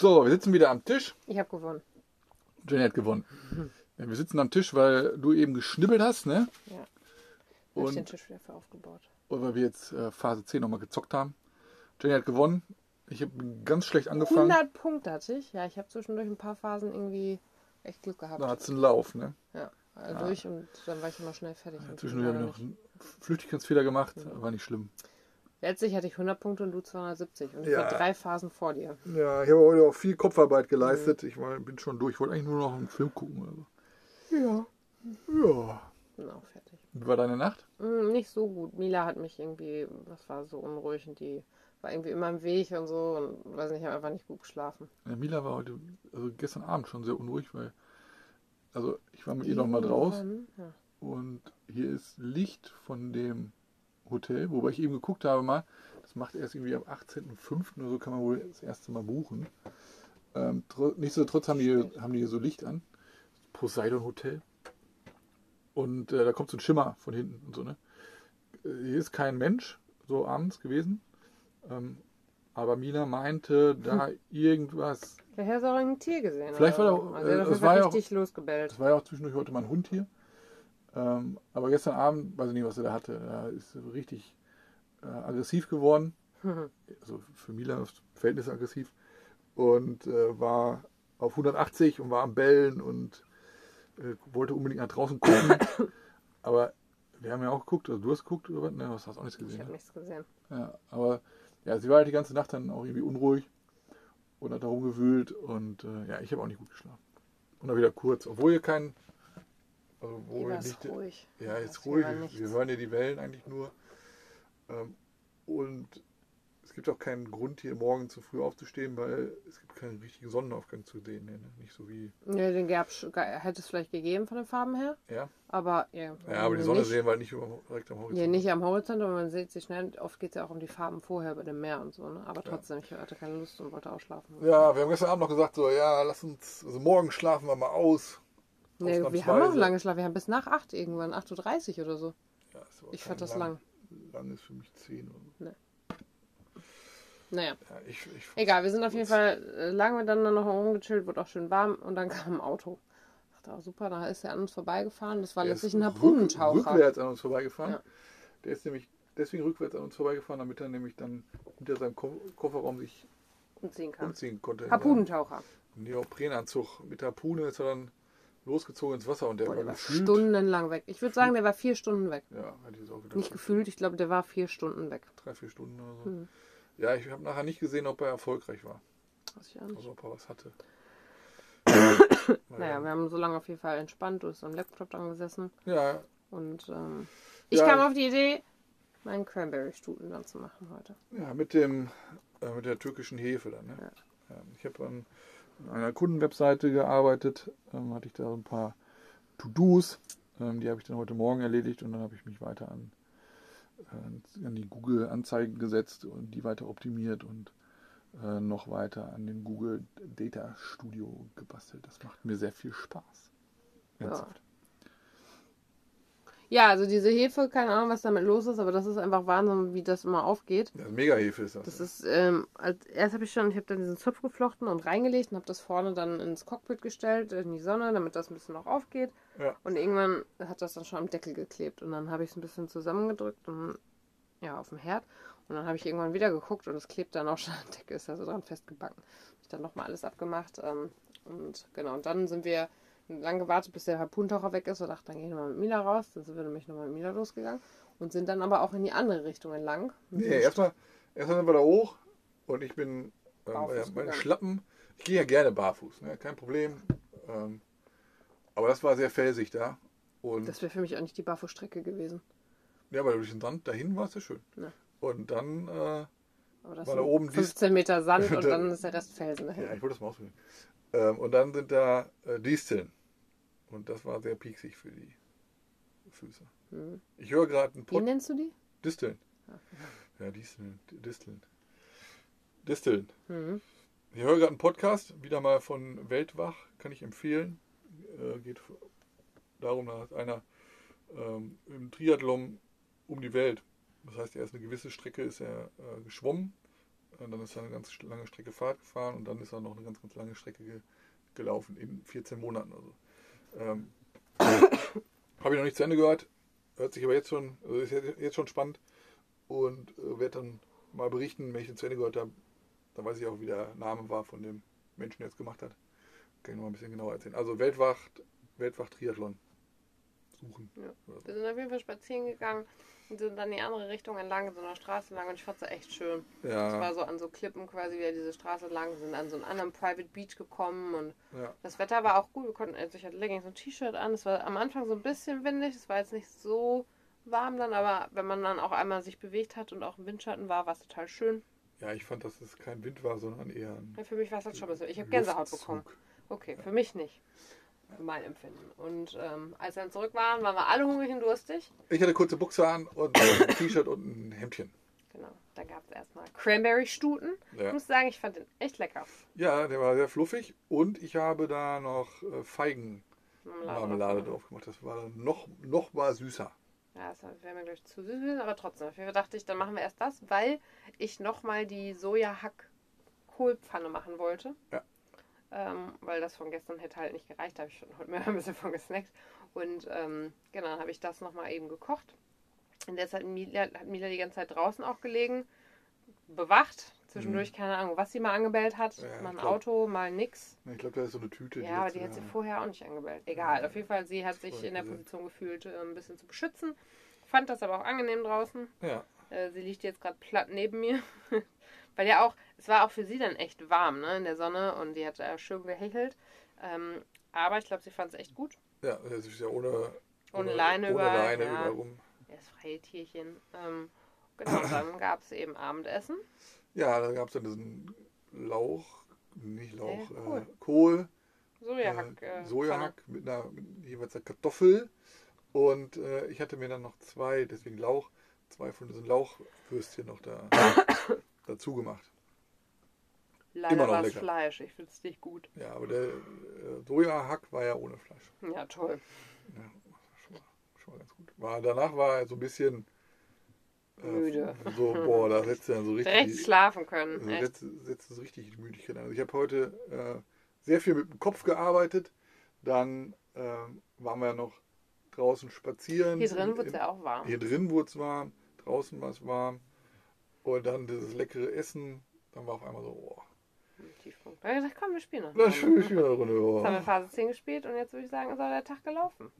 So, wir sitzen wieder am Tisch. Ich habe gewonnen. Jenny hat gewonnen. Ja, wir sitzen am Tisch, weil du eben geschnibbelt hast, ne? Ja. Hab ich den Und, Tisch wieder für aufgebaut. und weil wir jetzt äh, Phase 10 nochmal gezockt haben. Jenny hat gewonnen. Ich habe ganz schlecht angefangen. 100 Punkte hatte ich. Ja, ich habe zwischendurch ein paar Phasen irgendwie echt Glück gehabt. Da hat es einen Lauf, ne? Ja, also durch und dann war ich immer schnell fertig. Und Zwischendurch habe leider ich noch nicht. einen Flüchtigkeitsfehler gemacht, aber nicht schlimm. Letztlich hatte ich 100 Punkte und du 270 und ich Ja. war drei Phasen vor dir. Ja, ich habe heute auch viel Kopfarbeit geleistet. Ich war, bin schon durch. Ich wollte eigentlich nur noch einen Film gucken. Oder Ja. so. Ja. Bin auch fertig. Wie war deine Nacht? Hm, nicht so gut. Mila hat mich irgendwie, das war so unruhig und die war irgendwie immer im Weg und so und weiß nicht, ich habe einfach nicht gut geschlafen. Ja, Mila war heute, also gestern Abend schon sehr unruhig, weil, also ich war mit ihr nochmal draußen Ja. und hier ist Licht von dem Hotel, wobei ich eben geguckt habe mal, das macht erst irgendwie am 18.05. oder so, kann man wohl das erste Mal buchen. Ähm, tr- nichtsdestotrotz haben die, haben die hier so Licht an, Poseidon Hotel. Und äh, da kommt so ein Schimmer von hinten und so, ne? Äh, Hier ist kein Mensch, so abends gewesen. Ähm, aber Mila meinte, da irgendwas Vielleicht hast du auch ein Tier gesehen. Vielleicht oder war so. doch- Also, äh, das es ist war ja auch- richtig losgebellt. Es war ja auch zwischendurch heute mal ein Hund hier. Ähm, aber gestern Abend, weiß ich nicht, was er da hatte, er ist richtig äh, aggressiv geworden. Also für Mila Verhältnis aggressiv. Und äh, war auf 180 und war am Bellen und äh, wollte unbedingt nach draußen gucken. aber wir haben ja auch geguckt, also du hast geguckt oder was? Ne, hast hast auch nichts Ich gesehen. habe nichts gesehen. Ne? Ja, aber ja, sie war halt die ganze Nacht dann auch irgendwie unruhig und hat da rumgewühlt und äh, ja, ich habe auch nicht gut geschlafen. Und dann wieder kurz, obwohl hier kein. Also wo Hier hier war's nicht, ruhig. Ja, jetzt hier ruhig. war Wir- nichts. Wir hören ja die Wellen eigentlich nur. Ähm, und es gibt auch keinen Grund, hier morgen zu früh aufzustehen, weil es gibt keinen richtigen Sonnenaufgang zu sehen. hier, Ne? Nicht so wie. Nee, den gab's, ge- hätte es vielleicht gegeben von den Farben her, Ja, aber ja, ja aber die hier Sonne nicht, sehen wir halt nicht über, direkt am Horizont. hier nicht am Horizont, aber man sieht sie schnell. Oft geht es ja auch um die Farben vorher über dem Meer und so, ne? Aber trotzdem, ich hatte keine Lust und wollte ausschlafen. Ja, wir haben gestern Abend noch gesagt, so, ja, lass uns, also morgen schlafen wir mal aus. nee, wir haben auch Ausnahmsweise. lange geschlafen. Wir haben bis nach 8 irgendwann, 8.30 Uhr oder so. Ja, ist aber Ich kein fand das lang. Lang ist für mich 10 oder so. Naja. Ja, ich, ich, Egal, wir sind auf jeden Fall äh, lange miteinander noch rumgechillt, wurde auch schön warm und dann kam ein Auto. Ich dachte, oh, super, da ist er an uns vorbeigefahren. Das war Der letztlich ist ein rück- Harpunentaucher. Rückwärts an uns vorbeigefahren. Ja. Der ist nämlich deswegen rückwärts an uns vorbeigefahren, damit er nämlich dann hinter seinem Ko Kofferraum sich und sehen kann. umziehen konnte. Harpunentaucher. Ein Neoprenanzug. Mit der Harpune ist er dann losgezogen ins Wasser und der Boah, der war war gefühlt. stundenlang weg. Ich würde sagen, der war vier Stunden weg. Ja, hat jetzt auch wieder Nicht Hm. gefühlt, ich glaube, der war vier Stunden weg. drei, vier Stunden oder so. Ja, ich habe nachher nicht gesehen, ob er erfolgreich war. Weiß ich auch nicht. Also ob er was hatte. Naja, wir haben so lange auf jeden Fall entspannt, du bist am Laptop dran gesessen. Ja, Und ähm, ich Ja, kam ich- auf die Idee, meinen Cranberry-Stuten dann zu machen heute. Ja, mit, dem, äh, mit der türkischen Hefe dann. Ne? Ähm, ich habe an einer Kundenwebseite gearbeitet, ähm, hatte ich da so ein paar To-Dos, ähm, die habe ich dann heute Morgen erledigt und dann habe ich mich weiter an, äh, an die Google-Anzeigen gesetzt und die weiter optimiert und äh, noch weiter an dem Google Data Studio gebastelt. Das macht mir sehr viel Spaß. Ernsthaft. Ja, also diese Hefe, keine Ahnung, was damit los ist, aber das ist einfach Wahnsinn, wie das immer aufgeht. Ja, Mega-Hefe ist das. Das ist, ähm, als erst habe ich schon, ich habe dann diesen Zopf geflochten und reingelegt und habe das vorne dann ins Cockpit gestellt, in die Sonne, damit das ein bisschen noch aufgeht. Ja. Und irgendwann hat das dann schon am Deckel geklebt und dann habe ich es ein bisschen zusammengedrückt und ja, auf dem Herd. Und dann habe ich irgendwann wieder geguckt und es klebt dann auch schon am Deckel, ist also dran festgebacken. Hab Ich dann nochmal alles abgemacht ähm, und genau, und dann sind wir lang gewartet, bis der Harpuntaucher weg ist und dachte, dann gehe ich nochmal mit Mila raus. Dann sind wir nämlich nochmal mit Mila losgegangen und sind dann aber auch in die andere Richtung entlang. Mit Nee, dem erstmal erstmal sind wir da hoch und ich bin ähm, Barfuß ja, meine gegangen. Schlappen. Ich gehe ja gerne barfuß, ne? kein Problem. Ähm, aber das war sehr felsig da. Und Das wäre für mich auch nicht die Barfußstrecke gewesen. ja, aber durch den Sand dahin war es ja schön. Ja. Und dann, äh, Aber Weil das sind da oben dies- 15 Meter Sand und Da- dann ist der Rest Felsen ja, dahin. ich wollte das mal ausprobieren. Ähm, und dann sind da äh, Disteln. Und das war sehr pieksig für die Füße. Ich höre gerade einen Wie Pod nennst du Hm. die? ne- Disteln. Ja, Disteln. Disteln. Disteln. Hm. Ich höre gerade einen Podcast, wieder mal von Weltwach, kann ich empfehlen. Äh, geht f- darum, da hat einer ähm, im Triathlon um die Welt Das heißt, er ist eine gewisse Strecke ist er äh, geschwommen, äh, dann ist er eine ganz lange Strecke Fahrt gefahren und dann ist er noch eine ganz, ganz lange Strecke ge gelaufen, in 14 Monaten oder so. Ähm, Habe ich noch nicht zu Ende gehört, hört sich aber jetzt schon, also ist jetzt jetzt schon spannend und äh, werde dann mal berichten, wenn ich den zu Ende gehört habe, dann weiß ich auch, wie der Name war von dem Menschen, der es gemacht hat. Kann ich noch mal ein bisschen genauer erzählen. Also Weltwacht, Weltwacht Triathlon suchen. Ja. Oder so. Wir sind auf jeden Fall spazieren gegangen und sind dann die andere Richtung entlang, in so einer Straße lang und ich fand es echt schön. Es Ja, war so an so Klippen quasi wieder diese Straße lang, sind an so einen anderen Private Beach gekommen und ja, das Wetter war auch gut. Wir konnten, also ich hatte Leggings und T-Shirt an. Es war am Anfang so ein bisschen windig, es war jetzt nicht so warm dann, aber wenn man dann auch einmal sich bewegt hat und auch im Windschatten war, war es total schön. ja, ich fand, dass es kein Wind war, sondern eher ein Ja, Für mich war es dann schon ein bisschen. Ich habe Gänsehaut Luftzug. bekommen. Okay, für mich nicht. Für mein Empfinden. Und ähm, als wir dann zurück waren, waren wir alle hungrig und durstig. Ich hatte kurze Buchse an und ein T-Shirt und ein Hemdchen. Genau, dann gab es erstmal Cranberry-Stuten. Ich Ja. muss sagen, ich fand den echt lecker. ja, der war sehr fluffig und ich habe da noch äh, Feigenmarmelade Marmelade. drauf gemacht. Das war noch, noch mal süßer. Ja, das wäre mir gleich zu süß gewesen, aber trotzdem. Auf jeden Fall dachte ich, dann machen wir erst das, weil ich nochmal die Sojahack-Kohlpfanne machen wollte. Ja. Ähm, weil das von gestern hätte halt nicht gereicht, da habe ich schon heute mehr ein bisschen von gesnackt. Und ähm, genau, dann habe ich das nochmal eben gekocht. Und jetzt hat Mila, hat Mila die ganze Zeit draußen auch gelegen, bewacht. Zwischendurch, keine Ahnung, was sie mal angebellt hat. Mhm. Ja, mal ein klar. Auto, mal nix. Ich glaube, da ist so eine Tüte. Ja, aber die letzte- hat sie vorher auch nicht angebellt. Egal, auf jeden Fall, sie hat sich Vorher in der gesehen. Position gefühlt, äh, ein bisschen zu beschützen. Fand das aber auch angenehm draußen. Ja, Äh, Sie liegt jetzt gerade platt neben mir. Weil ja auch, es war auch für sie dann echt warm, ne, in der Sonne und sie hat äh, schön gehechelt. Ähm, aber ich glaube, sie fand es echt gut. ja, das ist ja ohne, Ohne Leine ohne überall, Leine ja. überall rum. Ja, Das freie Tierchen. Ähm, genau, dann gab es eben Abendessen. Ja, da gab es dann diesen Lauch, nicht Lauch, Ja, Kohl. äh, Kohl, Sojahack. äh, Äh, Sojahack mit einer mit jeweils einer Kartoffel. Und äh, ich hatte mir dann noch zwei, deswegen Lauch, zwei von diesen Lauchwürstchen noch da, dazu gemacht. Pfanne. Leider immer noch war es lecker. Fleisch. Ich finde es nicht gut. Ja, aber der äh, Sojahack war ja ohne Fleisch. Ja, toll. Ja, das war schon, mal, schon mal ganz gut. War, danach war er so ein bisschen äh, Müde. So, boah, da setzt er dann so richtig. Direkt schlafen können. Also Äh, Echt. setzt, setzt es richtig die Müdigkeit an. Also ich habe heute äh, sehr viel mit dem Kopf gearbeitet. Dann ähm, waren wir noch draußen spazieren. Hier drin Im- wurde es ja auch warm. Hier drin wurde es warm, draußen war es warm. Und dann dieses leckere Essen. Dann war auf einmal so, oh, im Tiefpunkt. Da habe ich gesagt, komm, wir spielen noch. na eine Runde. schön, schön eine Runde. Jetzt haben wir Oh. Phase 10 gespielt und jetzt würde ich sagen, ist auch der Tag gelaufen.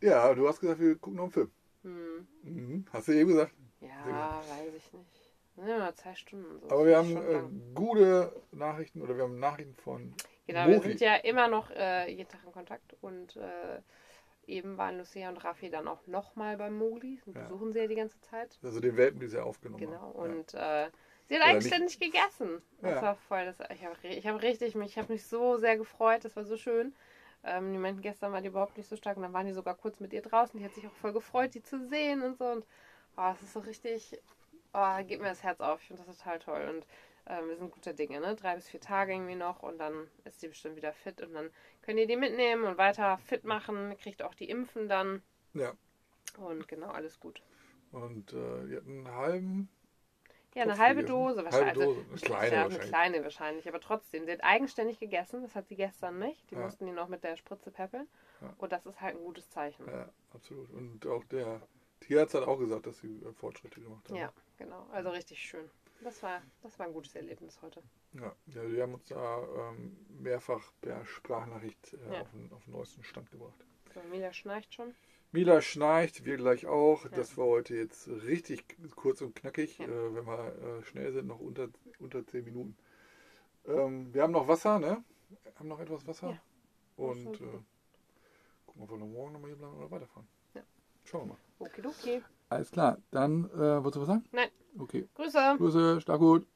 Ja, du hast gesagt, wir gucken noch einen Film. Hm. Mhm. Hast du eben gesagt. Ja, weiß ich nicht. Das sind ja nur zwei Stunden. So. Aber Das wir ist haben schon äh, lang. gute Nachrichten oder wir haben Nachrichten von Genau, wir Mori. sind ja immer noch äh, jeden Tag in Kontakt und äh, eben waren Lucia und Raffi dann auch nochmal beim Mogli. und Ja. Besuchen sie ja die ganze Zeit. also den Welpen, die sie aufgenommen Genau. haben. Ja. Und äh, sie hat Oder eigentlich ständig gegessen. Das Ja. war voll. Das, ich habe ich hab richtig mich, ich habe mich so sehr gefreut. Das war so schön. Ähm, die meinten, gestern war die überhaupt nicht so stark und dann waren die sogar kurz mit ihr draußen. Die hat sich auch voll gefreut, die zu sehen und so. Und oh, es ist so richtig, oh, geht mir das Herz auf. Ich finde das total toll. Und ähm, wir sind guter Dinge, ne? Drei bis vier Tage irgendwie noch und dann ist die bestimmt wieder fit und dann könnt ihr die mitnehmen und weiter fit machen. Kriegt auch die Impfen dann ja. und genau, alles gut. Und äh, die hatten einen halben. Ja, eine Topf halbe gegessen. Dose Halbe wahrscheinlich. Dose, eine also, kleine ja, wahrscheinlich. Eine kleine wahrscheinlich, aber trotzdem. Sie hat eigenständig gegessen, das hat sie gestern nicht. Die Ja. mussten die noch mit der Spritze peppeln. Ja. Und das ist halt ein gutes Zeichen. Ja, absolut. Und auch der Tierarzt hat auch gesagt, dass sie äh, Fortschritte gemacht haben. Ja, genau. Also richtig schön. Das war, das war ein gutes Erlebnis heute. Ja, ja die haben uns da ähm, mehrfach per Sprachnachricht äh, Ja. auf, den, auf den neuesten Stand gebracht. So, Mila schnarcht schon. Mila schnarcht, wir gleich auch. Ja. Das war heute jetzt richtig kurz und knackig, Ja. äh, wenn wir äh, schnell sind, noch unter, unter 10 Minuten. Ähm, wir haben noch Wasser, ne? Haben noch etwas Wasser. Ja. Und Das war äh, gucken, ob wir noch morgen nochmal hier bleiben oder weiterfahren. Ja. Schauen wir mal. Okidoki. Alles klar, dann äh, wolltest du was sagen? Nein. Okay. Grüße. Grüße, stark gut.